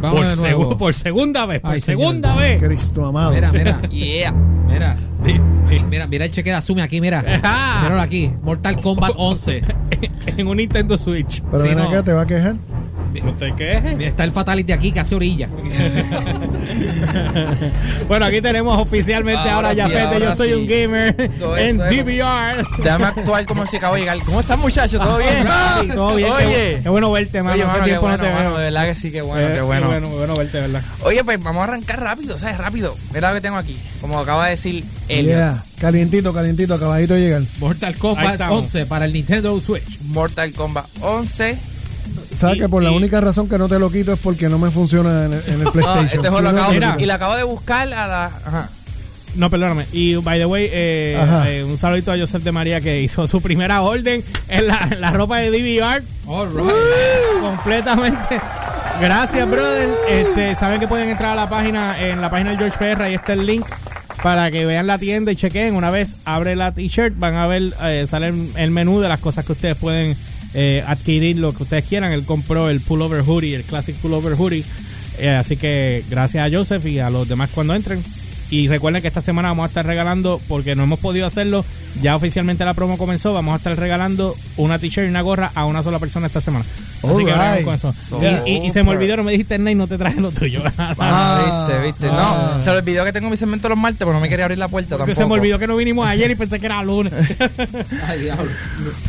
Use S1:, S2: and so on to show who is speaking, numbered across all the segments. S1: Vamos
S2: Por,
S1: de nuevo.
S2: segu- por segunda vez, por
S1: Ay, señor.
S2: segunda vez.
S3: Cristo amado.
S1: Mira, mira,
S2: Yeah.
S1: mira.
S2: Di- di- Ah.
S1: Mira, mira el cheque de Asume aquí, mira. Míralo aquí. Mortal Kombat 11.
S2: en un Nintendo Switch.
S3: Pero
S1: Sí,
S3: ven
S1: no.
S3: acá, te va a quejar.
S2: No te quejes.
S1: Mira, está el Fatality aquí, casi orilla.
S2: Bueno, aquí tenemos oficialmente ahora,
S4: Ahora
S2: ya
S4: sí, ahora
S2: yo soy
S4: sí.
S2: un gamer
S4: Soy,
S2: en
S4: soy.
S2: DVR.
S4: Déjame actuar como si acabo de llegar. ¿Cómo estás, muchachos? ¿Todo bien?
S2: Ah, Papi, Todo bien. qué bu-
S4: Oye.
S2: Qué bueno verte, mano.
S4: Oye,
S2: Hace
S4: mano, qué
S2: tiempo
S4: bueno,
S2: no te
S4: mano,
S2: veo.
S4: de verdad que sí, qué bueno,
S2: Eh,
S4: qué bueno.
S2: qué bueno verte, ¿verdad?
S4: Oye, pues vamos a arrancar rápido, ¿sabes? Rápido. Mira lo que tengo aquí. Como acaba de decir Elliot.
S3: Yeah. Calientito, calientito, acabadito de llegar.
S1: Mortal
S2: Ahí
S1: Kombat
S2: estamos.
S1: 11 para el Nintendo Switch.
S4: Mortal Kombat Ah, 11.
S3: Sabes
S2: Y-
S3: que por la
S2: y-
S3: única razón que no te lo quito es porque no me funciona en, el- en el
S4: Ah,
S3: PlayStation.
S4: este
S3: Si
S4: juego lo
S3: no,
S4: acabo,
S3: te
S2: mira.
S4: y
S3: quito.
S4: lo acabo de buscar a la. Ajá.
S2: No, perdóname. Y by the way, eh,
S3: Ajá.
S2: eh, un saludito a Joseph de María que hizo su primera orden en la, en la ropa de DVR.
S1: All right.
S2: completamente. Gracias, brother. Este, saben que pueden entrar a la página, en la página de George Perra, ahí está el link para que vean la tienda y chequen. Una vez abre la t-shirt, van a ver, eh, sale el- el menú de las cosas que ustedes pueden eh, adquirir, lo que ustedes quieran. Él compró el pullover hoodie, el classic pullover hoodie. Eh, así que gracias a Joseph y a los demás cuando entren. Y recuerden que esta semana vamos a estar regalando, porque no hemos podido hacerlo, ya oficialmente la promo comenzó, vamos a estar regalando una t-shirt y una gorra a una sola persona esta semana. Así que
S3: Alright. pues.
S2: hablamos con eso.
S4: So-
S2: Y, y- y se me olvidó, no me dijiste nada y no te traje lo tuyo.
S4: Ah,
S3: Ah,
S4: viste, viste.
S3: ah.
S4: No, se le olvidó que tengo mi segmento los martes, pero no me quería abrir la puerta
S2: Porque
S4: tampoco.
S2: se me olvidó que no vinimos ayer y pensé que era lunes.
S1: Ay, diablo.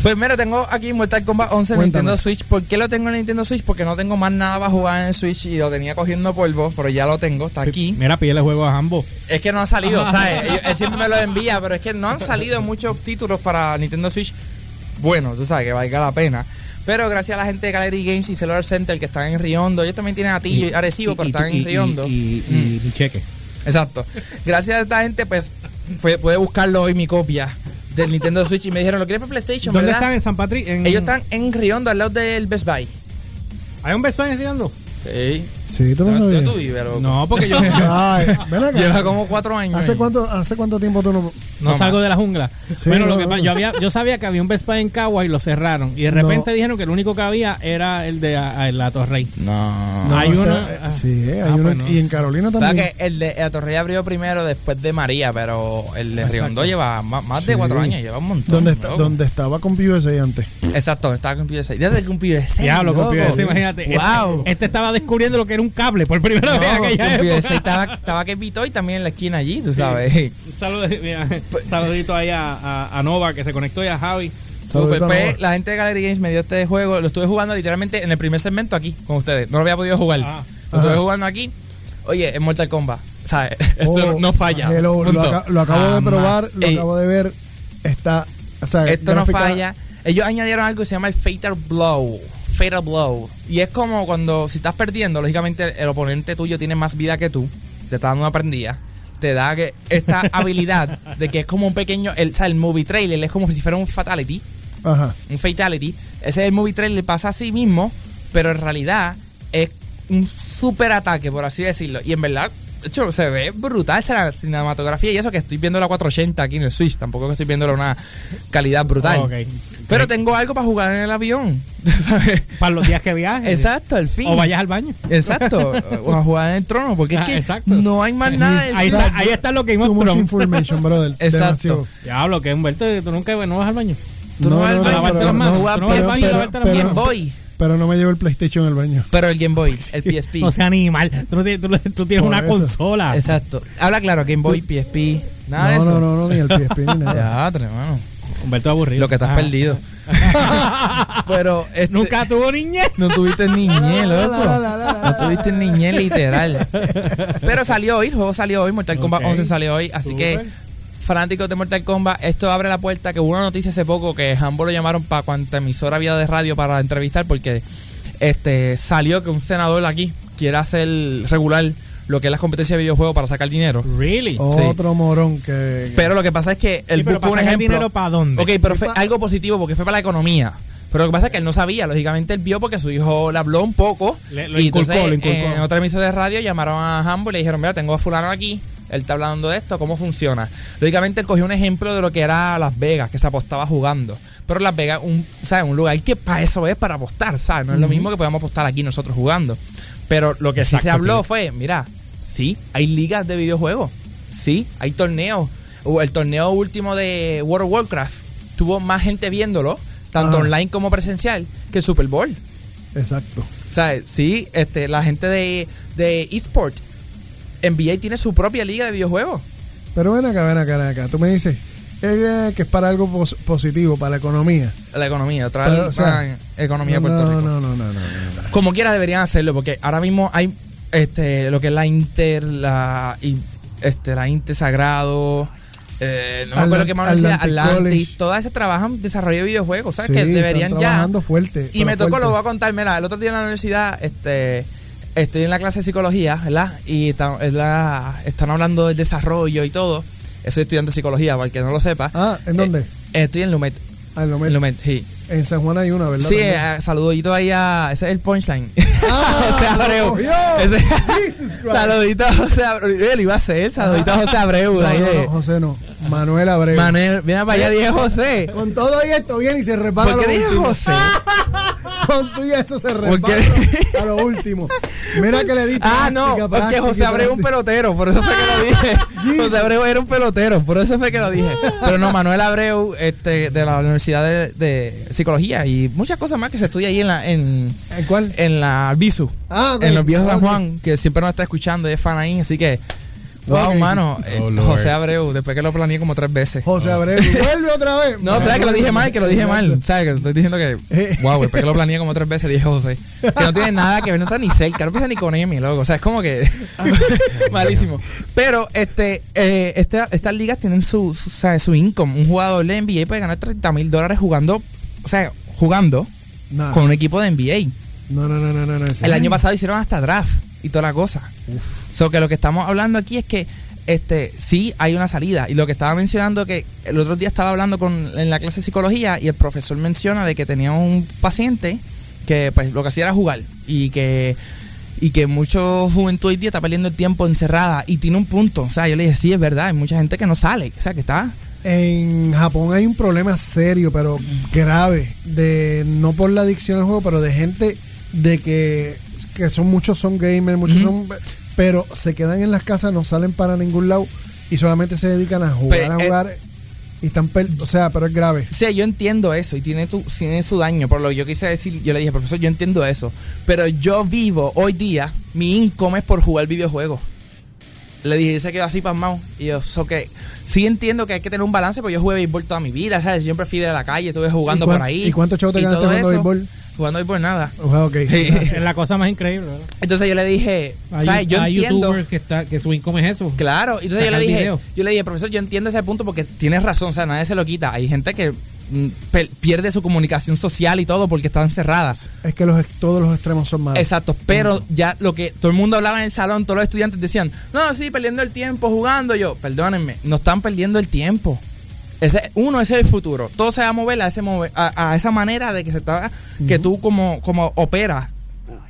S4: Pues mira, tengo aquí Mortal Kombat 11 en
S3: Cuéntame.
S4: Nintendo Switch. ¿Por qué lo tengo en Nintendo Switch? Porque no tengo más nada para jugar en el Switch y lo tenía cogiendo polvo, pero ya lo tengo, está aquí.
S2: Mira, pídele juego a ambos.
S4: Es que no ha salido, ¿sabes? Ellos- Él siempre me lo envía, pero es que no han salido muchos títulos para Nintendo Switch. Bueno, tú sabes que valga la pena. Pero gracias a la gente de Gallery Games y Cellular Center que están en Riondo. Ellos también tienen a ti y Arecibo, pero están en Mm. Riondo.
S1: Y, y- y mi cheque.
S4: Exacto. Gracias a esta gente, pues, fue, pude buscarlo hoy mi copia del Nintendo Switch y me dijeron, ¿lo quieres para PlayStation?
S2: ¿Dónde
S4: verdad?".
S2: están? ¿En San Patrick? En-
S4: Ellos están en Riondo, al lado del Best Buy.
S2: ¿Hay un Best Buy en Riondo?
S4: Sí.
S3: Sí, tú
S4: Yo,
S3: no
S4: yo
S3: sabías.
S4: tú vives, loco.
S2: No, porque yo, yo
S3: Ay, ven acá.
S4: Lleva como cuatro años.
S3: ¿Hace
S4: ahí.
S3: cuánto, ¿Hace cuánto tiempo tú no.?
S2: no
S4: No,
S2: salgo de la jungla.
S3: Sí,
S2: bueno, lo
S3: no,
S2: que
S3: no.
S2: pasa, yo, había, yo sabía que había un Best Buy en Cagua y lo cerraron. Y de repente dijeron que el único que había era el de a- a- la Torrey.
S4: No.
S3: no
S2: hay
S3: está-
S2: uno. ah,
S3: Sí, eh, hay
S2: ah,
S3: uno.
S2: pues no.
S3: Y en Carolina
S4: Verdad
S3: también.
S4: que el de la Torre abrió primero después de María, pero el de Riondo lleva ma- más, de
S3: Sí.
S4: cuatro años, lleva un montón.
S3: Donde, está-
S4: loco.
S3: donde estaba con USA antes.
S4: Exacto, estaba con PSA. Desde con PSA.
S2: Diablo,
S4: loco.
S2: con PVC, imagínate. Este-
S4: Wow.
S2: Este, estaba descubriendo lo que era un cable por primera
S4: No,
S2: vez en aquella
S4: con
S2: época.
S4: PSA estaba, estaba que Vito y también en la esquina allí, tú sabes.
S2: Un saludo- mira,
S4: Pues,
S2: un saludito ahí a, a- a Nova que se conectó y a Javi.
S4: Super,
S3: Saludito a
S4: pues,
S3: Nova.
S4: la gente de Gallery Games me dio este juego, lo estuve jugando literalmente en el primer segmento aquí con ustedes. No lo había podido jugar.
S2: Ah.
S4: lo estuve
S3: Ajá.
S4: jugando aquí. Oye, en Mortal Kombat, ¿sabes? Esto
S3: Oh,
S4: no falla.
S3: eh, Lo, lo
S4: punto.
S3: aca- lo acabo de
S4: Jamás.
S3: probar, lo
S4: Ey,
S3: acabo de ver. Está. o sea,
S4: Esto no
S3: gráfica-
S4: falla. Ellos añadieron algo que se llama el Fatal Blow. Fatal Blow. Y es como cuando, si estás perdiendo, lógicamente el oponente tuyo tiene más vida que tú. Te está dando una prendida. Te da que esta habilidad de que es como un pequeño. El, o sea, el movie trailer es como si fuera un Fatality.
S3: Ajá.
S4: Un Fatality. Ese es el movie trailer, pasa a sí mismo. Pero en realidad es un super ataque, por así decirlo. Y en verdad. De hecho, se ve brutal esa cinematografía y eso que estoy viendo la 480 aquí en el Switch. Tampoco que estoy viendo una calidad brutal.
S2: Ok.
S4: Pero tengo algo para jugar en el avión. ¿sabes?
S2: Para los días que viajes.
S4: Exacto, el fin.
S2: O vayas al baño.
S4: Exacto. O a jugar en el trono. Porque es
S2: Ah,
S4: que
S2: exacto.
S4: no hay más nada. del
S2: Ahí
S4: fin.
S2: está, ahí está lo que vimos
S3: Too much
S2: Trump.
S3: information, brother.
S4: Exacto.
S3: Demasiado.
S2: Diablo, que Humberto, tú nunca no vas al baño.
S4: Tú no,
S3: No,
S4: vas al
S3: no,
S4: baño,
S3: no,
S4: pero
S3: pero-
S4: no,
S3: no,
S4: jugas
S2: pero-
S4: Game
S2: pero-
S4: Boy.
S2: pero-
S4: Game Boy.
S3: Pero no me llevo el PlayStation al baño.
S4: Pero el Game Boy, el PSP.
S2: O sea, animal. Tú, no tienes- tú no- tú tienes
S3: Por
S2: una
S3: eso.
S2: consola.
S4: Exacto. Habla claro, Game Boy, PSP. Nada de
S3: Ah. no, no,
S4: eso.
S3: no, no, Ah. ni el PSP ni nada.
S4: Ya, hermano.
S2: Humberto aburrido.
S4: Lo que estás
S2: Ajá.
S4: perdido. Pero este-
S2: Nunca tuvo niñez.
S4: No tuviste niñez,
S3: La, la,
S4: loco.
S3: la, la, la, la,
S4: No tuviste niñez literal. Pero salió hoy, el juego salió hoy, Mortal Kombat
S2: Ok.
S4: 11 salió hoy, así que
S2: Súper.
S4: fanáticos de Mortal Kombat, esto abre la puerta que hubo una noticia hace poco que Hambo lo llamaron para cuanta emisora había de radio para entrevistar porque este salió que un senador aquí quiere hacer regular lo que es las competencias de videojuegos para sacar dinero.
S2: Really.
S4: Oh.
S3: Otro morón que.
S4: Pero lo que pasa es que él
S2: Sí, pero
S4: buscó un
S2: para sacar
S4: ejemplo.
S2: dinero para dónde.
S4: Ok, pero fue algo positivo porque fue para la economía. Pero lo que pasa es que él no sabía, lógicamente él vio porque su hijo le habló un poco.
S2: Le- lo
S4: y
S2: inculcó,
S4: entonces, eh,
S2: lo inculcó.
S4: En otra emisora de radio llamaron a Hambo y le dijeron, mira, tengo a fulano aquí, Él está hablando de esto, cómo funciona. Lógicamente, él cogió un ejemplo de lo que era Las Vegas, que se apostaba jugando. Pero Las Vegas, un, ¿sabes? Un lugar que para eso es para apostar, ¿sabes? No es lo mismo que podemos apostar aquí nosotros jugando. Pero lo que sí se
S2: Exacto,
S4: habló
S2: tío.
S4: fue, mira, sí, hay ligas de videojuegos. Sí, hay torneos. O El torneo último de World of Warcraft tuvo más gente viéndolo, tanto
S3: Ah.
S4: online como presencial, que el Super Bowl.
S3: Exacto.
S4: O sea, sí, este, la gente de, de eSport, NBA tiene su propia liga de videojuegos.
S3: Pero ven acá, ven acá, ven acá. Tú me dices eh, que es para algo pos- positivo, para la economía.
S4: La economía, otra
S3: Pero, o sea,
S4: ah, economía de
S3: no,
S4: Puerto Rico.
S3: no, no, no, no, no, no.
S4: Como quiera deberían hacerlo, porque ahora mismo hay este lo que es la Inter, la y- este, la Inter Sagrado, eh, no me acuerdo
S3: Atlan-
S4: qué más universidad,
S3: Atlantic
S4: Atlantis,
S3: College.
S4: todas esas trabajan desarrollo de videojuegos, ¿sabes? que
S3: Sí,
S4: deberían
S3: están
S4: ya.
S3: trabajando fuerte.
S4: Y
S3: pero
S4: me tocó,
S3: fuerte.
S4: lo voy a contar, mira, el otro día en la universidad, este, estoy en la clase de psicología, ¿verdad? Y está- es la- están hablando del desarrollo y todo. Soy estudiante de psicología, para el que no lo sepa.
S3: Ah, ¿en dónde?
S4: Eh, estoy en Lumet.
S3: Ah, en, Lomet.
S4: En Lumet, sí.
S3: en San Juan hay una, ¿verdad?
S4: Sí,
S3: También.
S4: eh, saludito ahí a. Ese es el punchline.
S3: Ah,
S4: José Abreu.
S3: lo cogió.
S4: Ese-
S3: Jesus Christ.
S4: saludito a José Abreu. Eh, Lo iba a hacer, saludito a José Abreu.
S3: No,
S4: ahí
S3: no,
S4: de-
S3: no, José no. Manuel Abreu.
S4: Manuel, mira para allá, dije José.
S3: Con todo y esto viene y se repara
S4: ¿Por qué
S3: lo
S4: dije
S3: último.
S4: José?
S3: Con todo y eso se
S4: ¿Por qué?
S3: repara a lo último. Mira que le diste.
S4: Ah, no,
S3: práctica,
S4: porque
S3: práctica,
S4: José Abreu es un
S3: práctica.
S4: pelotero, por eso fue que lo dije. José Abreu era un pelotero, por eso fue que lo dije. Pero no, Manuel Abreu, este, de la Universidad de, de Psicología y muchas cosas más que se estudia ahí en la, en,
S3: ¿En cuál?
S4: en la BISU,
S3: Ah, ok.
S4: en los viejos San
S3: Ok.
S4: Juan, que siempre nos está escuchando y es fan ahí, así que. Wow,
S3: Ok. Oh,
S4: mano, eh,
S2: Oh, Lord.
S4: José Abreu, después que lo planeé como tres veces.
S3: José Abreu. Vuelve otra vez.
S4: No, espera que lo dije mal, que lo dije mal. ¿Sabes? Que estoy diciendo que.
S3: Eh.
S4: Wow, después que lo planeé como tres veces, dije José. Que no tiene nada que ver, no está ni cerca, no piensa ni con Emi, loco. O sea, es como que. malísimo. Pero, este, eh, esta- estas ligas tienen su, su, ¿sabes? su income. Un jugador de NBA puede ganar 30 mil dólares jugando. O sea, jugando
S3: Nah.
S4: con un equipo de NBA.
S3: No, no, no, no, no. no ese-
S4: El año pasado hicieron hasta draft y toda la cosa. So que lo que estamos hablando aquí es que este sí hay una salida. Y lo que estaba mencionando que el otro día estaba hablando con, en la clase de psicología y el profesor menciona de que tenía un paciente que pues lo que hacía era jugar y que y que mucho juventud hoy día está perdiendo el tiempo encerrada y tiene un punto. O sea, yo le dije, sí, es verdad, hay mucha gente que no sale, o sea, que está
S3: En Japón hay un problema serio, pero grave, de no por la adicción al juego, pero de gente de que, que son muchos son gamers, muchos son, pero se quedan en las casas, no salen para ningún lado y solamente se dedican a jugar,
S4: Pero,
S3: a
S4: eh,
S3: jugar y están, per- o sea, pero es grave.
S4: O sea, yo entiendo eso y tiene, tu, tiene su daño. Por lo que yo quise decir, yo le dije, profesor, yo entiendo eso. Pero yo vivo hoy día, mi income es por jugar videojuegos. Le dije, y se quedó así pasmado. Y yo, so que sí entiendo que hay que tener un balance, pero yo jugué béisbol toda mi vida, ¿sabes? Siempre fui de la calle, estuve jugando
S3: ¿Y cuán-
S4: por ahí.
S3: y cuántos chavos te
S4: y
S3: ganaste
S4: todo
S3: jugando
S4: eso.
S3: béisbol?
S4: Jugando béisbol, nada.
S3: Ah, ok.
S4: Sí.
S2: Es la cosa más increíble, ¿verdad?
S4: Entonces yo le dije,
S1: Hay,
S4: ¿sabes? Yo
S1: hay
S4: entiendo.
S1: youtubers que, está, que su income es eso.
S4: Claro, y entonces yo le
S1: Sacar
S4: dije,
S1: video.
S4: yo le dije, profesor, yo entiendo ese punto porque tienes razón, o sea, nadie se lo quita. Hay gente que mm, pe- pierde su comunicación social y todo porque están encerradas.
S3: Es que los, todos los extremos son malos.
S4: Exacto, pero ya lo que todo el mundo hablaba en el salón, todos los estudiantes decían, no, sí, perdiendo el tiempo jugando. Yo, perdónenme, no están perdiendo el tiempo. Ese, uno, ese es el futuro. Todo se va a mover a, ese move- a, a esa manera de que se está, que tú como, como operas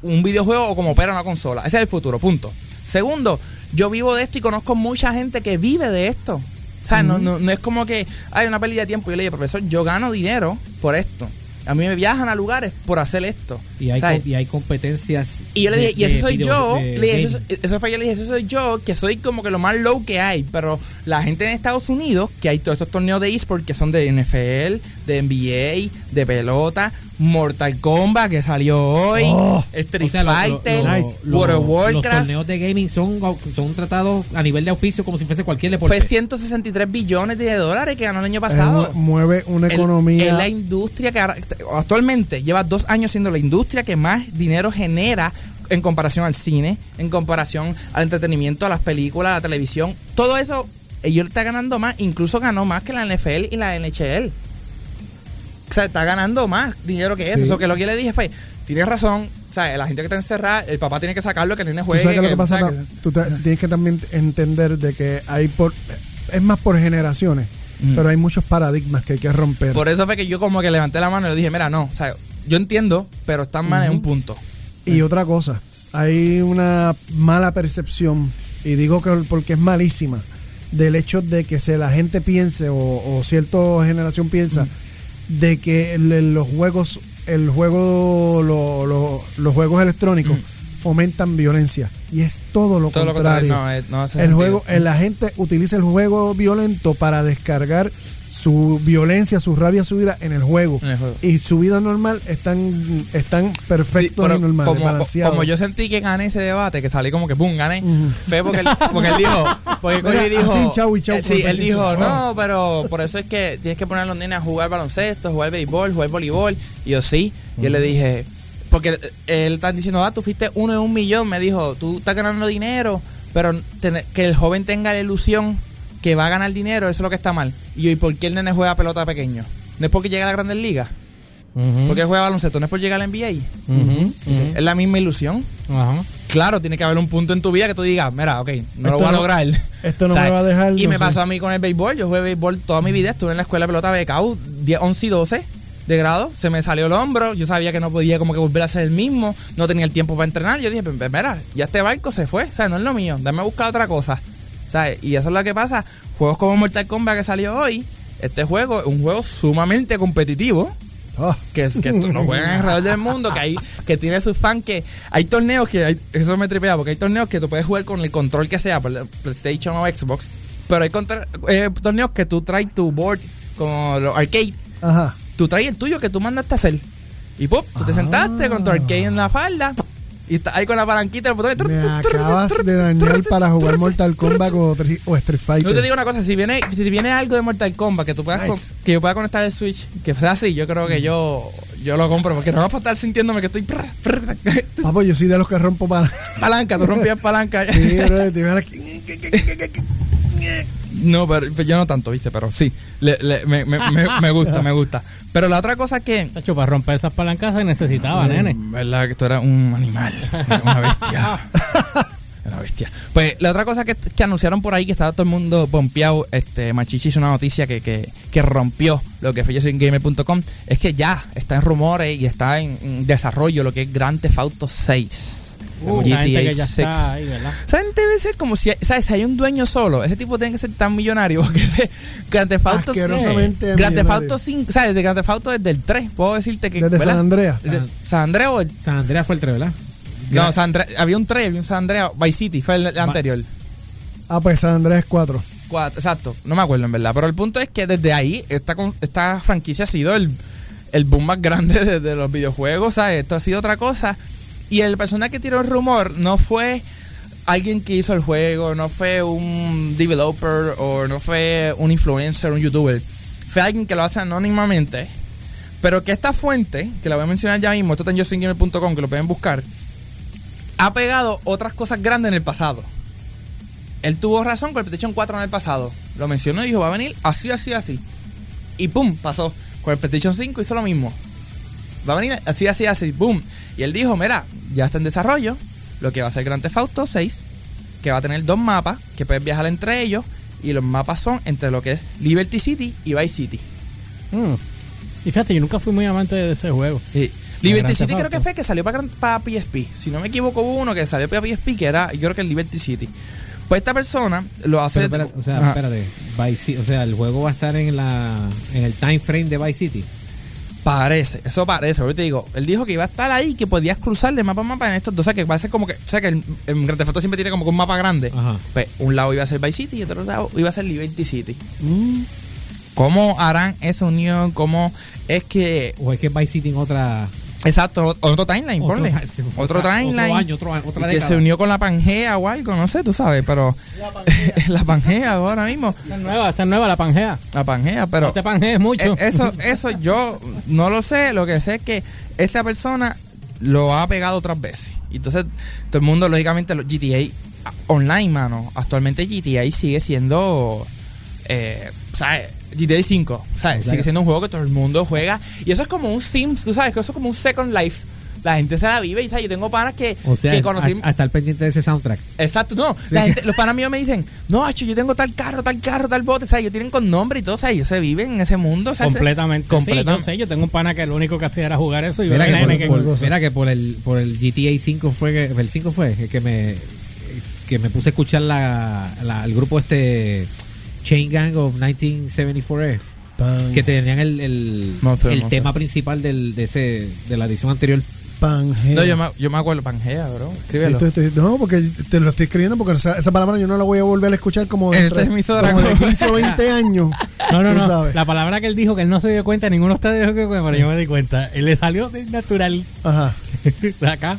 S4: un videojuego o como opera una consola. Ese es el futuro, punto. Segundo, yo vivo de esto y conozco mucha gente que vive de esto. O sea, no, no, no es como que hay una pérdida de tiempo. Yo le digo, profesor, yo gano dinero por esto. A mí me viajan a lugares por hacer esto.
S1: Y hay,
S4: ¿Sabes?
S1: com- y hay competencias.
S4: Y yo le
S1: de-
S4: dije, y
S1: de
S4: eso soy
S1: video-
S4: yo.
S1: de
S4: le dije, eso,
S1: gaming.
S4: eso fue yo le dije, eso soy yo, que soy como que lo más low que hay. Pero la gente en Estados Unidos, que hay todos estos torneos de eSport que son de NFL, de NBA, de pelota, Mortal Kombat que salió hoy,
S3: Oh,
S4: Street
S1: O sea, lo- lo-
S4: Fighter,
S1: lo- lo-
S4: World of
S1: Los
S4: Warcraft.
S1: torneos de gaming son, son tratados a nivel de auspicio como si fuese cualquier deporte.
S4: Fue 163 billones de dólares que ganó el año
S3: Él
S4: pasado.
S3: Eh, mu- mueve una
S4: El- Es
S3: economía.
S4: la industria que ahora- actualmente lleva dos años siendo la industria que más dinero genera en comparación al cine, en comparación al entretenimiento, a las películas, a la televisión. Todo eso, ellos está ganando más, incluso ganó más que la NFL y la NHL. O sea, está ganando más dinero que eso.
S3: Sí.
S4: Eso que lo que yo le dije fue, tienes razón, o sea, la gente que está encerrada, el papá tiene que sacarlo, que el nene
S3: Tú
S4: juegue.
S3: sabes que lo
S4: que-
S3: que pasa,
S4: o sea,
S3: tam- tú ta- tienes que también entender de que hay por es más por generaciones,
S4: Mm.
S3: pero hay muchos paradigmas que hay que romper.
S4: Por eso fue que yo como que levanté la mano y le dije, mira, no, o sea, yo entiendo, pero están mal en un punto.
S3: Y otra cosa, hay una mala percepción y digo que porque es malísima, del hecho de que se la gente piense o, o cierta generación piensa
S4: Mm.
S3: de que le- los juegos, el juego, lo- lo- los juegos electrónicos fomentan violencia y es todo lo
S4: Mm. Todo lo
S3: contrario.
S4: contrario, no, eh, no hace
S3: el
S4: sentido.
S3: juego, eh, la gente utiliza el juego violento para descargar su violencia, su rabia, su ira en el juego.
S4: En el juego.
S3: Y su vida normal están, están
S4: Sí,
S3: perfectos
S4: pero
S3: y normales,
S4: como,
S3: balanceados.
S4: como yo sentí que gané ese debate, que salí como que pum, gané,
S3: Ujú.
S4: fue porque él, porque él dijo, porque
S3: Mira,
S4: Cory dijo,
S3: así, chau y chau
S4: eh,
S3: por
S4: sí,
S3: el
S4: él dijo,
S3: pechito.
S4: no, pero por eso es que tienes que poner a los nenes a jugar baloncesto, jugar béisbol, jugar voleibol, y yo sí, yo le dije, porque eh, él está diciendo, ah, tú fuiste uno de un millón, me dijo, tú estás ganando dinero, pero tener- que el joven tenga la ilusión que va a ganar dinero, eso es lo que está mal. Y yo, ¿y por qué el nene juega pelota pequeño? No es porque llega a la Grandes Ligas, porque juega baloncesto, no es por llegar a la NBA. Dice, Es la misma ilusión.
S2: Ajá.
S4: Claro, tiene que haber un punto en tu vida que tú digas, mira, ok, no
S3: Esto
S4: lo voy a
S3: no-
S4: lograr.
S3: esto no me va a dejar,
S4: Y
S3: no
S4: me
S3: sé.
S4: pasó a mí con el béisbol. Yo jugué béisbol toda mi vida. Estuve en la escuela de pelota de 10, 11 y 12 de grado. Se me salió el hombro. Yo sabía que no podía como que volver a ser el mismo. No tenía el tiempo para entrenar. Yo dije, "Pues, pues, mira, ya este barco se fue. O sea, no es lo mío. Dame a buscar otra cosa. O sea, y eso es lo que pasa. Juegos como Mortal Kombat que salió hoy. Este juego es un juego sumamente competitivo
S3: Ah,
S4: que, es- que lo juegan alrededor del mundo, que hay, que tiene sus fans que hay torneos que hay- eso me tripea, porque hay torneos que tú puedes jugar con el control que sea, por la PlayStation o Xbox, pero hay contra- eh, torneos que tú traes tu board como los arcade,
S3: ajá.
S4: tú traes el tuyo que tú mandaste a hacer. Y pop, tú te sentaste con tu arcade en la falda y estás ahí con la palanquita el botón. de-
S3: Ah. Me acabas de dañar para jugar Mortal Kombat o, Tri- o Street
S4: Yo te digo
S3: Fighter.
S4: una cosa, si viene, si viene algo de Mortal Kombat que tú puedas con-
S3: Nice.
S4: que yo pueda conectar el Switch, que sea así, yo creo que yo yo lo compro porque no va a estar sintiéndome que estoy prr, prr,
S3: Papo, yo soy de los que rompo para.
S4: palanca, tú rompías palanca.
S3: Sí, bro, te iban aquí.
S4: No, pero pero yo no tanto, ¿viste? Pero sí, le- le- me, me- me- me gusta, me gusta. Pero la otra cosa que
S2: Tacho, para romper esas palancas se necesitaba, nene.
S4: verdad que tú eras un animal, una bestia. Una bestia. Pues la otra cosa que, que anunciaron por ahí, que estaba todo el mundo pompeado, este, Machichi hizo una noticia que, que, que rompió lo que fue YoSoyUnGamer.com, es que ya está en rumores y está en, en desarrollo lo que es Grand Theft Auto 6.
S2: Mucha Uh, gente que ya está eh. ahí, ¿verdad?
S4: ¿Saben? Debe ser como si, ¿sabes? si hay un dueño solo. Ese tipo tiene que ser tan millonario. Porque ese Grand Theft Auto 6.
S3: Asquerosamente
S4: Grand Theft
S3: millonario.
S4: Auto 5. ¿Sabes? Desde Grand Theft Auto desde el 3. Puedo decirte que.
S3: Desde
S4: ¿verdad?
S3: San Andreas.
S4: Desde San Andreas o el
S2: San Andrea fue el 3, ¿verdad?
S4: no, San André- había un 3, había un San Andrea. Vice City fue el, el anterior.
S3: Ah, pues San Andreas 4.
S4: Cuatro, exacto, no me acuerdo en verdad. Pero el punto es que desde ahí, esta, con- esta franquicia ha sido el, el boom más grande de, de los videojuegos. ¿sabes? Esto ha sido otra cosa. Y el personaje que tiró el rumor no fue alguien que hizo el juego, no fue un developer o no fue un influencer, un youtuber. Fue alguien que lo hace anónimamente. Pero que esta fuente, que la voy a mencionar ya mismo, esto está en yosingamer.com, que lo pueden buscar, ha pegado otras cosas grandes en el pasado. Él tuvo razón con el PlayStation 4 en el pasado. Lo mencionó y dijo, va a venir así, así, así. Y pum, pasó. Con el PlayStation 5 hizo lo mismo. Va a venir así, así, así, boom. Y él dijo, mira, ya está en desarrollo lo que va a ser Grand Theft Auto 6, que va a tener dos mapas, que puedes viajar entre ellos. Y los mapas son entre lo que es Liberty City y Vice City.
S2: Mm. Y fíjate, yo nunca fui muy amante de ese juego.
S4: Sí.
S2: Grand
S4: Liberty
S2: Theft
S4: City creo
S2: Auto.
S4: que fue que salió para, Gran- para PSP. Si no me equivoco, hubo uno que salió para PSP que era, yo creo que el Liberty City. Pues esta persona lo hace.
S1: Pero espérate, o sea,
S4: Ajá.
S1: espérate. Vice Ci- o sea, el juego va a estar en la en el time frame de Vice City.
S4: Parece, eso parece. Ahorita te digo, él dijo que iba a estar ahí, que podías cruzar de mapa a mapa en estos dos. O sea, que parece como que. O sea, que el, el Grand Theft Auto siempre tiene como que un mapa grande.
S1: Ajá.
S4: Pues un lado iba a ser Vice City y otro lado iba a ser Liberty City.
S1: Mm.
S4: ¿Cómo harán esa unión? ¿Cómo es que.
S1: O es que es Vice City en otra
S4: Exacto, otro timeline,
S1: Otro
S4: ponle.
S1: ti- sí,
S4: Otro,
S1: otra-
S4: timeline.
S1: otro año, otro año, otra
S4: y que
S1: década.
S4: se unió con la Pangea o algo, no sé, tú sabes, pero. La Pangea. ahora mismo.
S2: Esa es nueva, esa es nueva, la Pangea.
S4: La Pangea, pero.
S2: No te panjees mucho.
S4: Eh, Eso, eso yo no lo sé. Lo que sé es que esta persona lo ha pegado otras veces. Y entonces, todo el mundo, lógicamente, los GTA a- online, mano. Actualmente GTA sigue siendo. Eh, ¿Sabes? GTA 5. ¿Sabes? Sigue siendo un juego que todo el mundo juega. Y eso es como un Sims, tú sabes, que eso es como un Second Life. La gente se la vive y ¿sabes? yo tengo panas que,
S1: O sea,
S4: que conocí.
S1: a, a estar pendiente de ese soundtrack.
S4: Exacto, no. La gente, los panas míos me dicen, no, Acho, yo tengo tal carro, tal carro, tal bote, ¿sabes? Yo tienen con nombre y todo, ¿sabes? Ellos se viven en ese mundo, ¿sabes?
S2: completamente. Sí,
S4: Completam-
S2: yo sé, yo tengo un pana que lo único que hacía era jugar eso y ver
S1: Mira
S2: a
S1: que,
S2: nene
S1: por,
S2: que-
S1: por- mira que por el por el GTA 5 fue que el 5 fue el que me que me puse a escuchar la, la- el grupo este Chain Gang of 1974
S3: Pan,
S1: que tenían el, el,
S4: Monster,
S1: el
S4: Monster.
S1: tema principal del, de ese de la edición anterior.
S3: Pangea.
S4: No, yo me, yo me acuerdo Pangea, bro.
S3: Sí,
S4: Escríbelo.
S3: estoy- estoy- no, porque te lo estoy escribiendo porque esa, esa palabra yo no la voy a volver a escuchar como
S4: En
S3: dentro
S4: esta emisora,
S3: como de
S4: como-
S3: 15 o 20 años.
S2: No, no,
S3: Tú
S2: no.
S3: sabes.
S2: La palabra que él dijo que él no se dio cuenta, ninguno de ustedes dijo que pero yo me di cuenta. Él le salió de natural
S3: Ajá.
S2: de acá.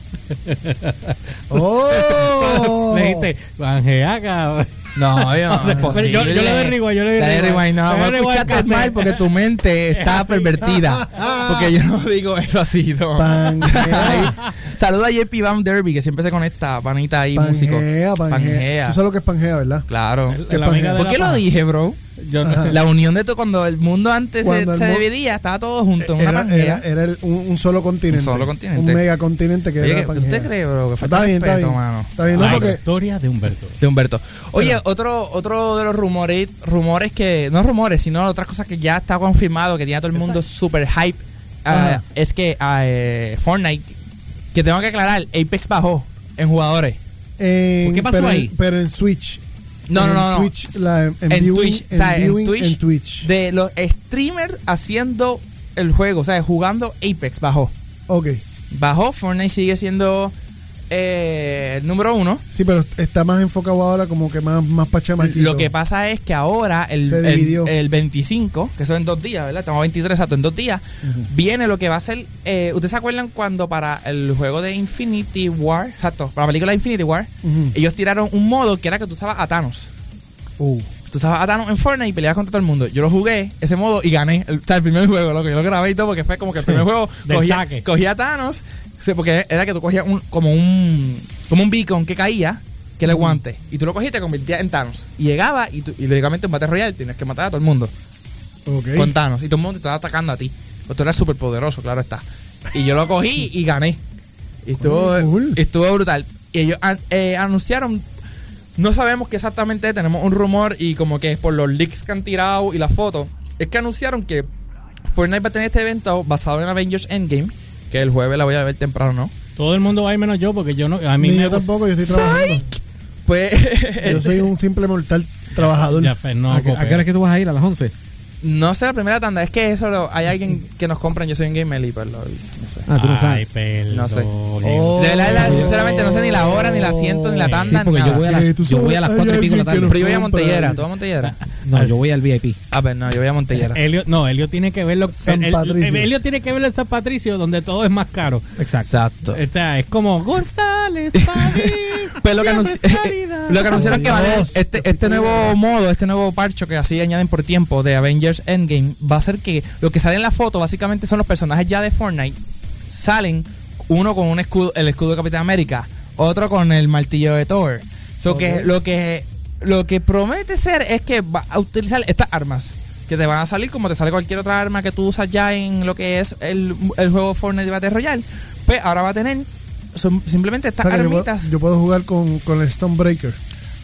S3: ¡Oh!
S2: Le dijiste, "Pangea, cabrón".
S4: No, yo no. es
S2: Pero
S4: posible.
S2: yo, yo le doy rewind, yo le doy
S4: Dale
S2: rewind.
S4: rewind, no,
S2: Le doy
S4: vos
S2: rewind
S4: escuchaste
S2: cassette.
S4: mal porque tu mente está pervertida. Porque yo no digo eso así, no.
S3: Pangea.
S4: Ahí. Saluda a JP Van Derby, que siempre se conecta, panita ahí, músico.
S3: Pangea, Pangea. Tú sabes lo que es Pangea, ¿verdad?
S4: Claro.
S2: La-
S3: ¿Qué
S2: la
S3: pasa?
S2: amiga de
S4: ¿Por
S2: la
S4: qué lo
S2: paja.
S4: dije, bro?
S2: Yo no-
S3: Ajá.
S4: La unión de todo, cuando el mundo antes se,
S3: Cuando el
S4: se
S3: mu-
S4: dividía, estaba todo junto, una
S3: Era,
S4: pangea.
S3: era, era el- un, un solo continente.
S4: Un solo continente.
S3: Un megacontinente que
S4: Oye,
S3: era
S4: ¿qué-
S3: Pangea.
S4: ¿usted cree, bro? Que falta
S3: Está bien, está
S4: respeto,
S3: bien.
S4: mano. pues,
S3: Está bien, no,
S2: La
S3: porque
S2: historia de Humberto.
S4: De Humberto. Oye, otro, otro de los rumores, rumores que, no rumores, sino otras cosas que ya está confirmado, que tiene a todo el mundo super hype, ah,
S3: Ajá.
S4: es que ah, eh, Fortnite, que tengo que aclarar, Apex bajó en jugadores.
S3: en-
S1: ¿Qué pasó
S3: pero en-
S1: ahí?
S3: pero en Switch.
S4: No, no,
S3: En
S4: no, no.
S3: Twitch, la- en,
S4: En
S3: viewing,
S4: Twitch,
S3: en,
S4: o sea, en
S3: viewing,
S4: Twitch.
S3: en Twitch.
S4: De los streamers haciendo el juego, o sea, jugando Apex bajó.
S3: Ok.
S4: Bajó, Fortnite sigue siendo eh, el número uno.
S3: Sí, pero está más enfocado ahora como que más, más pachamaquito.
S4: Lo que pasa es que ahora, el,
S3: Se
S4: el-
S3: dividió.
S4: el 25, que son en dos días, ¿verdad? Estamos a 23, exacto, en dos días, viene lo que va a ser. eh, ¿Ustedes se acuerdan cuando para el juego de Infinity War, exacto, para la película Infinity War,
S3: Ujú.
S4: ellos tiraron un modo que era que tú usabas a Thanos?
S3: Uh.
S4: Tú usabas a Thanos en Fortnite y peleabas contra todo el mundo. Yo lo jugué, ese modo, y gané. El, o sea, el primer juego, lo que yo lo grabé y todo, porque fue como que el primer juego
S2: Del
S4: cogía,
S2: saque.
S4: cogía a Thanos, sí, porque era que tú cogías un, como un como un beacon que caía, que era el guante, y tú lo cogías y te convertías en Thanos. Y llegaba, y, tú, y lógicamente en Battle Royale tenías que matar a todo el mundo
S3: Ok.
S4: con Thanos, y todo el mundo te estaba atacando a ti. Pues tú eras súper poderoso, claro está. Y yo lo cogí y gané. Y estuvo,
S3: Oh, cool.
S4: estuvo brutal. Y ellos an- eh, anunciaron, no sabemos qué exactamente, tenemos un rumor y como que es por los leaks que han tirado y las fotos, es que anunciaron que Fortnite va a tener este evento basado en Avengers Endgame, que el jueves la voy a ver temprano, ¿no?
S2: Todo el mundo va a ir menos yo porque yo no. A mí
S3: Ni
S2: me
S3: yo tampoco, yo estoy trabajando.
S4: Pues
S3: Yo soy un simple mortal trabajador.
S2: Ya, Fer, no,
S1: ¿A, qué- a qué hora es que tú vas a ir? ¿A las 11?
S4: no sé la primera tanda, es que eso lo- hay alguien que nos compra, yo soy un gamer y pues lo- no sé.
S1: Ah, tú no
S2: Ay,
S1: sabes.
S2: perdón.
S4: No sé.
S3: Oh.
S4: De verdad, la- sinceramente no sé ni la hora, ni la asiento, ni la
S1: Sí,
S4: tanda, ni
S1: porque
S4: nada.
S1: yo voy a las,
S3: Sí, Eh, tú
S1: yo voy a las
S3: sabes,
S1: 4 y
S3: hay
S1: pico de la tarde.
S3: alguien que
S4: Pero yo voy a
S3: compra.
S4: Montellera, ¿tú vas a Montellera?
S1: No, yo voy al VIP.
S4: A ver, no, yo voy a Montellera.
S1: Eh,
S2: Elio, no, Elio tiene que verlo.
S3: San
S2: el-
S3: Patricio.
S2: Elio tiene que verlo en San Patricio, donde todo es más caro.
S4: Exacto.
S2: O sea, es como González, París,
S4: Pues lo que,
S2: siempre
S4: anunci-
S2: es caridad.
S4: lo que anunciaron que van a-
S3: Dios,
S4: este, este nuevo modo, este nuevo parcho que así añaden por tiempo de Avengers Endgame, va a ser que lo que sale en la foto básicamente son los personajes ya de Fortnite. Salen uno con un escudo, el escudo de Capitán América, otro con el martillo de Thor. So que lo que lo que promete ser es que va a utilizar estas armas. Que te van a salir como te sale cualquier otra arma que tú usas ya en lo que es el, el juego Fortnite Battle Royale. Pues ahora va a tener son simplemente
S3: O
S4: estas
S3: sea, que yo,
S4: armitas.
S3: puedo, yo puedo jugar con, con el Stonebreaker.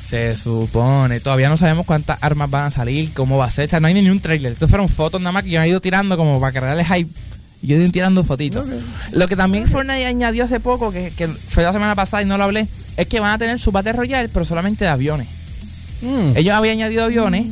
S4: Se supone. Todavía no sabemos cuántas armas van a salir, cómo va a ser. O sea, no hay ni un trailer. Estos fueron fotos nada más que yo he ido tirando como para crearle hype. Y Yo he ido tirando fotitos.
S3: Ok.
S4: Lo que también Fortnite añadió hace poco, que, que fue la semana pasada y no lo hablé, es que van a tener su Battle Royale, pero solamente de aviones.
S3: Mm.
S4: Ellos habían añadido aviones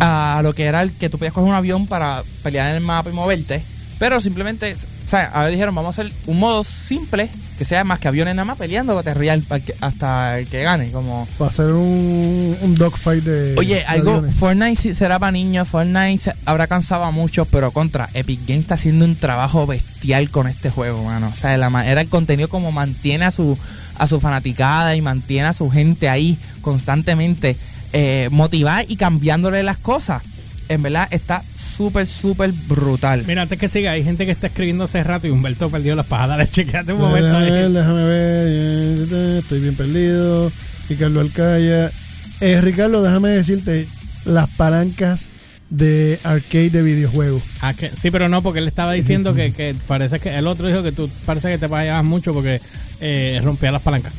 S4: a lo que era el que tú podías coger un avión para pelear en el mapa y moverte. Pero simplemente, o sea, ahora dijeron, vamos a hacer un modo simple que sea más que aviones nada más peleando Battle Royale para que- hasta el que gane. Como
S3: Va a ser un, un dogfight de.
S4: Oye,
S3: de
S4: algo,
S3: aviones.
S4: Fortnite sí será para niños, Fortnite se- habrá cansado a muchos, pero contra, Epic Games está haciendo un trabajo bestial con este juego, mano. O sea, de la manera, el contenido como mantiene a su, a su fanaticada y mantiene a su gente ahí constantemente eh, motivada y cambiándole las cosas. En verdad está súper, súper brutal.
S2: Mira, antes que siga, hay gente que está escribiendo hace rato y Humberto perdió las pajadas. Dale, chequeate un momento
S3: Déjame ver,
S2: ahí.
S3: déjame ver. eh, Estoy bien perdido. Ricardo Alcaya. Eh, Ricardo, déjame decirte las palancas de arcade de videojuegos.
S2: Ah, que- sí, pero no, porque él estaba diciendo que, que parece que el otro dijo que tú parece que te pajabas mucho porque eh, rompía las palancas.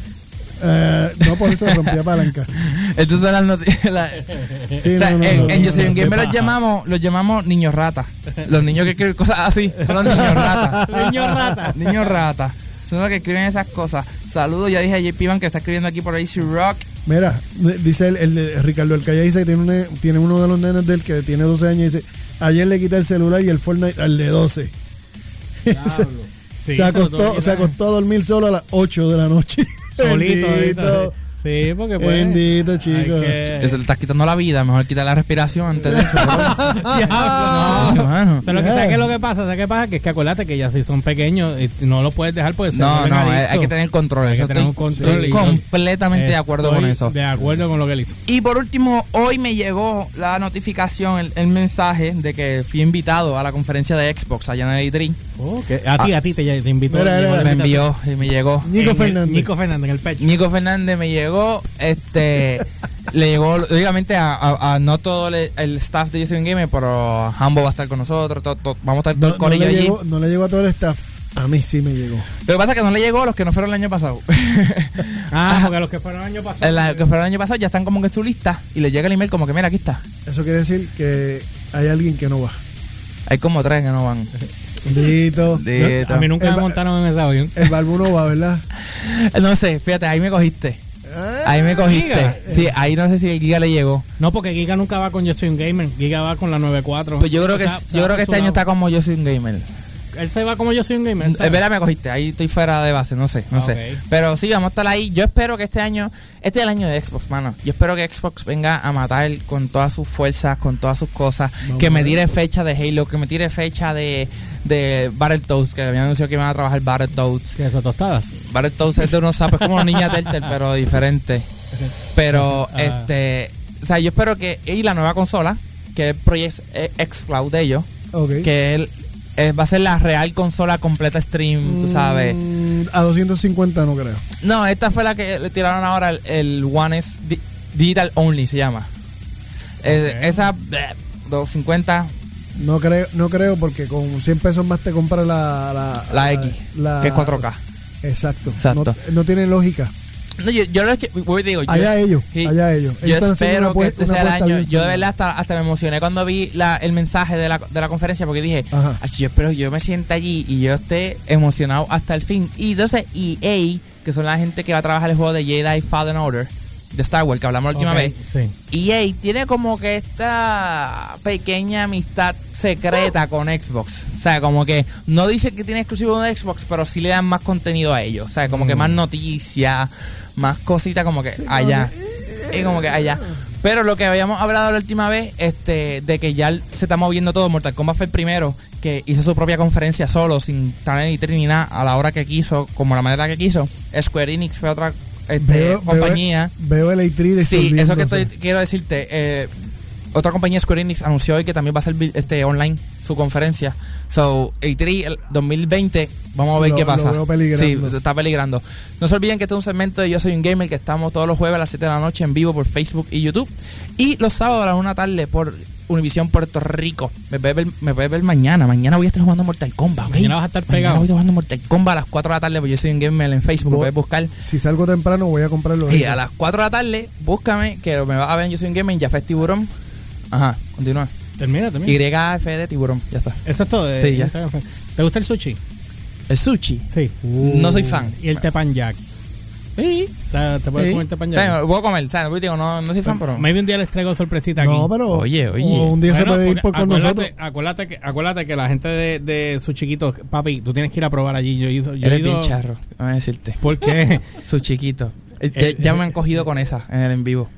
S3: Eh, no por eso rompía palancas.
S4: Entonces las noticias. la-
S3: Sí,
S4: o sea,
S3: no, no,
S4: en,
S3: no,
S4: en
S3: no,
S4: Yo Soy
S2: no,
S4: un
S2: se
S4: Gamer
S2: baja.
S4: los llamamos, los llamamos niños rata. Los niños que escriben cosas así son los niños rata.
S2: Niño rata.
S4: Niños rata. Son los que escriben esas cosas. Saludos, ya dije a JP Van que está escribiendo aquí por AC Rock.
S3: Mira, d- dice el, el de Ricardo Alcaya dice que tiene, un ne- tiene uno de los nenes del que tiene 12 años y dice, ayer le quité el celular y el Fortnite al de 12.
S1: Diablo.
S2: Sí,
S3: se,
S2: lo tuvo
S3: acostó,
S2: que
S3: se
S2: quitar.
S3: acostó a dormir solo a las 8 de la noche.
S2: solito.
S3: Bendito.
S2: ahorita. Sí, porque pues.
S3: Bendito,
S2: hay
S3: chicos.
S2: que-
S4: Eso le estás quitando la vida, mejor quita la respiración antes de eso.
S3: Ah,
S2: Diablo, no.
S4: Mano.
S2: O sea, lo que, ¿sabes qué es lo que pasa? ¿Sabes qué pasa? Que es que acuérdate que ya si son pequeños y no los puedes dejar porque se
S4: No,
S2: vuelven
S4: no, hay,
S2: adictos.
S4: hay que tener control.
S2: Hay que
S4: eso
S2: tener
S4: estoy-
S2: un control
S4: estoy
S2: y-
S4: completamente de acuerdo con
S2: Estoy
S4: eso.
S2: De acuerdo con lo que él hizo.
S4: Y por último, hoy me llegó la notificación, el, el mensaje de que fui invitado a la conferencia de Xbox allá en el E3.
S2: A ti, a ti te, te invitó.
S3: Mira, mira,
S2: llegó la
S4: Ah, Me
S2: invitación.
S4: envió y me llegó.
S3: Nico
S2: En el-
S3: Fernández.
S2: Nico Fernández en el pecho.
S4: Nico Fernández me llegó, este, le llegó, lógicamente, a, a- a no todo le- el staff de Justin Gamer, pero Hambo va a estar con nosotros, to- to- vamos a estar todo
S3: No,
S4: el
S3: no
S4: corillo
S3: le
S4: allí.
S3: llegó, no le llegó a todo el staff. A mí sí me llegó.
S4: Lo que pasa es que no le llegó a los que no fueron el año pasado.
S2: Ah, porque los que fueron el año pasado.
S4: los que fueron el año pasado ya están como que en su lista y le llega el email como que, mira, aquí está.
S3: Eso quiere decir que hay alguien que no va.
S4: Hay como tres que no van.
S3: Bendito.
S4: De-
S2: A mí nunca
S3: El
S2: me
S3: ba-
S2: montaron en ese avión.
S3: El barbu no va, ¿verdad?
S4: No sé, fíjate, ahí me cogiste.
S3: Ah,
S4: Ahí me
S2: Giga.
S4: cogiste. Sí, ahí no sé si el Giga le llegó.
S2: No, porque Giga nunca va con Yo Soy Un Gamer. Giga va con la 94.
S4: Pues yo creo
S2: O
S4: que
S2: sea, se
S4: yo
S2: va
S4: creo que
S2: por
S4: este
S2: su
S4: año está
S2: lado.
S4: como yo soy un gamer.
S2: Él se va como Yo Soy Un Gamer.
S4: Es eh, verdad, me cogiste. Ahí estoy fuera de base, no sé, no
S2: Ah,
S4: sé.
S2: ok.
S4: Pero sí, vamos a estar ahí. Yo espero que este año, este es el año de Xbox, mano. Yo espero que Xbox venga a matar con todas sus fuerzas, con todas sus cosas. que me tire fecha de Halo, que me tire fecha de, de Battletoads, que habían anunciado que iban a trabajar Battletoads.
S2: Que eso tostadas.
S4: Battletoads es de unos sapos, es como una niña Turtle, pero diferente. Pero,
S2: Ah.
S4: este, o sea, yo espero que, y la nueva consola, que es Project X Cloud de ellos.
S3: ok.
S4: que él eh, va a ser la real consola completa stream, tú sabes.
S3: Mm, A 250 no creo.
S4: No, esta fue la que le tiraron ahora el, el One S Di- Digital Only, se llama. Eh, esa bleh, 250,
S3: No creo, no creo porque con 100 pesos más te compra la... La,
S4: la X,
S3: la-
S4: que es 4K.
S3: Exacto.
S4: Exacto.
S3: No, no tiene lógica.
S4: No, yo, yo lo que voy, digo, yo,
S3: Allá ellos,
S4: sí,
S3: allá ellos.
S4: yo
S3: Ellos están haciendo
S4: espero
S3: una
S4: que
S3: apue-
S4: este
S3: una
S4: sea el
S3: apuesta
S4: año.
S3: bien
S4: Yo de
S3: sana.
S4: verdad hasta, hasta me emocioné cuando vi la, el mensaje de la, de la conferencia porque dije,
S3: Ajá.
S4: "Ach, yo espero que yo me sienta allí y yo esté emocionado hasta el fin. Y entonces EA, que son la gente que va a trabajar el juego de Jedi Fallen Order, de Star Wars, que hablamos la última
S2: Ok,
S4: vez,
S2: Sí.
S4: EA tiene como que esta pequeña amistad secreta con Xbox. O sea, como que no dicen que tiene exclusivo de Xbox, pero sí le dan más contenido a ellos. O sea, como que más noticias, más cositas como que allá. Y como que allá. Pero lo que habíamos hablado la última vez, este, de que ya se está moviendo todo. Mortal Kombat fue el primero que hizo su propia conferencia solo, sin tener ni tren ni nada, a la hora que quiso, como la manera que quiso. Square Enix fue otra este,
S3: Veo-
S4: compañía.
S3: Veo el A3 de
S4: Sí, eso que estoy- quiero decirte. eh, otra compañía Square Enix anunció hoy que también va a ser vi- este, online su conferencia. So, E3 el 2020, vamos a ver
S3: Lo-
S4: qué
S3: lo
S4: pasa.
S3: veo peligrando.
S4: Sí, está peligrando. No se olviden que este es un segmento de Yo Soy un Gamer que estamos todos los jueves a las 7 de la noche en vivo por Facebook y YouTube. Y los sábados a las 1 de la tarde por Univisión Puerto Rico. Me puedes ver, me puedes ver mañana. Mañana voy a estar jugando Mortal Kombat. ¿ok?
S2: Mañana vas a estar
S4: Mañana
S2: pegado.
S4: voy a estar jugando Mortal Kombat a las 4 de la tarde por Yo Soy un Gamer en Facebook. Me
S3: Voy-
S4: puedes buscar.
S3: Si salgo temprano voy a comprarlo.
S4: Y a las 4 de la tarde, búscame, que me vas a ver en Yo Soy un Gamer, Jafet Tiburón. Ajá, continúa.
S2: Termina, termina.
S4: YFD Tiburón, ya está.
S2: Eso es todo. eh,
S4: Sí, ya.
S2: Instagram. ¿Te gusta el sushi?
S4: El sushi.
S2: Sí.
S4: Uh. No soy fan.
S2: Y el tepanyaki.
S4: Sí.
S2: ¿Te, te puedes comer
S4: sí.
S2: este
S4: O
S2: tepanyaki?
S4: sea, puedo comer, ¿sabes? Porque digo, no, no soy fan, pero.
S2: Pues, Maybe un día les traigo sorpresita aquí.
S3: No, pero
S4: Oye, oye.
S3: o un día se
S2: Bueno,
S3: puede ir
S2: porque
S3: por con
S2: acuérdate-
S3: nosotros.
S2: Acuérdate que, acuérdate que la gente de, de sus chiquitos, papi, tú tienes que ir a probar allí. Yo, he ido- yo he
S4: Eres
S2: ido-
S4: bien charro, voy a decirte.
S2: ¿Por qué?
S4: Su chiquito. Eh,
S2: Eh,
S4: ya, ya
S2: eh,
S4: me han cogido con esa en el en vivo.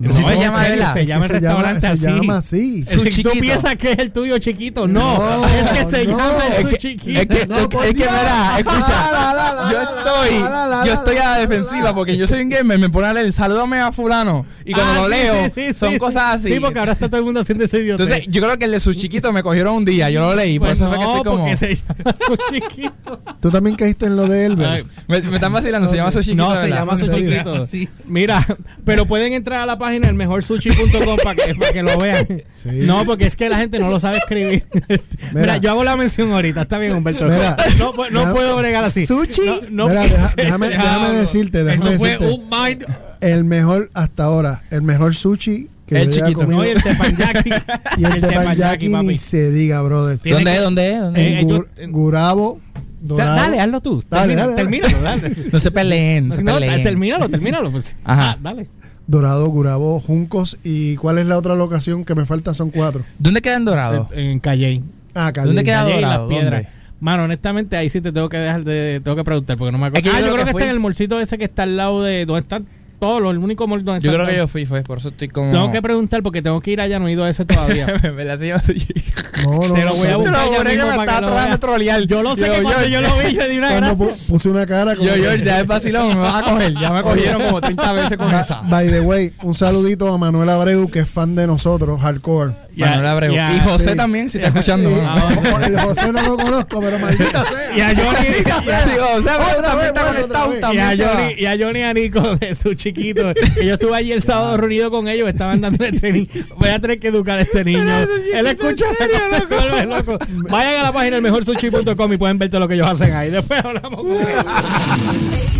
S2: No,
S4: Sí se
S2: en
S4: llama,
S2: serio,
S4: ¿verdad?
S2: Se llama el
S3: Que se llama-
S2: restaurante así.
S3: Se llama así.
S2: El que
S4: Chiquito.
S2: tú piensas que es el tuyo chiquito. No,
S3: No,
S2: es que se
S3: no.
S2: llama
S3: Es
S2: el
S4: que-
S2: su chiquito.
S4: es que-
S3: No,
S4: es
S3: por
S4: que,
S3: Dios.
S4: verá, escucha,
S3: La, la, la,
S4: yo
S3: la,
S4: estoy,
S3: la, la, la,
S4: yo
S3: la,
S4: estoy a la defensiva porque yo soy un gamer, me pone a leer, salúdame a fulano y cuando
S2: Ah,
S4: lo
S2: sí,
S4: leo
S2: sí, sí,
S4: son
S2: sí.
S4: cosas así.
S2: Sí, porque ahora está todo el mundo haciendo ese idiota.
S4: Entonces, yo creo que el de sus chiquitos me cogieron un día, yo lo leí, por
S2: Pues
S4: eso fue que
S2: no,
S4: estoy como.
S2: porque se llama su chiquito.
S3: Tú también caíste en lo de él, ¿verdad?
S4: Ay, me, me están vacilando, se llama su chiquito.
S2: no, se
S4: ¿verdad?
S2: llama
S3: En
S2: su
S3: serio.
S2: chiquito. Mira, pero pueden entrar a la página elmejorsushi.com para que, para que lo vean.
S3: Sí.
S2: No, porque es que la gente no lo sabe escribir. Mira,
S3: Mira.
S2: yo hago la mención ahorita. Está bien, Humberto.
S3: Mira.
S2: no pu- no
S3: Ya.
S2: puedo bregar así.
S4: Sushi.
S2: No, no-
S3: Mira, deja- déjame, déjame decirte, déjame
S5: Eso fue
S3: decirte.
S5: un mind.
S3: El mejor hasta ahora, el mejor sushi que
S4: El
S3: yo haya
S4: chiquito.
S3: comido.
S2: No, y el tepanyaki.
S3: y el
S2: tepanyaki,
S3: tepanyaki ni
S2: papi.
S3: se diga, brother.
S2: Tiene
S4: ¿Dónde
S2: que-
S4: es? ¿Dónde es? ¿Dónde es?
S2: Eh,
S3: En
S2: ellos-
S3: Gur- Gurabo, dorado.
S2: Dale, hazlo tú.
S3: Dale,
S2: termina,
S3: dale, dale.
S2: termínalo, dale.
S4: No se peleen, no se
S2: No,
S4: peleen.
S2: termínalo, termínalo. Pues.
S4: Ajá.
S2: Ah, dale.
S3: Dorado, Gurabo, Juncos y ¿cuál es la otra locación que me falta? Son cuatro.
S4: ¿Dónde quedan dorados?
S2: En, en Calle.
S3: Ah, Cali.
S4: ¿Dónde queda?
S2: Calle y las
S4: Dorado,
S2: piedras.
S4: ¿dónde?
S2: Mano, honestamente, ahí sí te tengo que dejar de, tengo que preguntar porque no me acuerdo.
S4: Es que yo
S2: ah, yo
S4: creo
S2: creo
S4: que
S2: que,
S4: fui-
S2: está en el molcito ese que está al lado de donde están todos, los- el único mall donde
S4: Yo
S2: están
S4: creo que
S2: todos.
S4: yo fui, fue, por eso estoy como.
S2: Tengo que preguntar porque tengo que ir allá, no he ido a ese todavía.
S4: me la señora
S3: No, no,
S2: Te lo
S3: no,
S2: voy a
S3: no.
S2: buscar. ya mismo para que lo veas.
S4: trolear.
S2: Yo lo sé
S4: Yo-
S2: que cuando yo,
S4: yo-
S2: lo vi, yo di una
S3: Cuando
S2: gracia.
S3: pu- puse una cara como-
S4: Yo, yo, ya es vacilón, me vas a coger. Ya me cogieron como 30 veces con
S3: Ba-
S4: esa.
S3: By the way, un saludito a Manuel Abreu, que es fan de nosotros, hardcore.
S2: Ya,
S4: Manuel Abreu.
S2: ya,
S4: y José
S3: sí.
S4: también, si está escuchando.
S3: Sí.
S4: mano.
S2: Ah,
S3: Como el José no lo conozco, pero maldita sea.
S2: Y a Johnny,
S4: Sí, José Abreu
S3: Otra
S4: también
S3: vez,
S4: está
S3: bueno,
S4: conectado.
S3: otra
S2: y
S4: También
S2: a
S4: se va.
S2: Johnny, y a Johnny Anico de su chiquito. Que yo estuve allí el sábado reunido con ellos, estaban dando el training. Voy a tener que educar a este niño. Él escucha la cosa, se vuelve loco. Vayan a la página elmejorsushi.com y pueden ver todo lo que ellos hacen ahí. Después hablamos con ellos.
S5: Baby,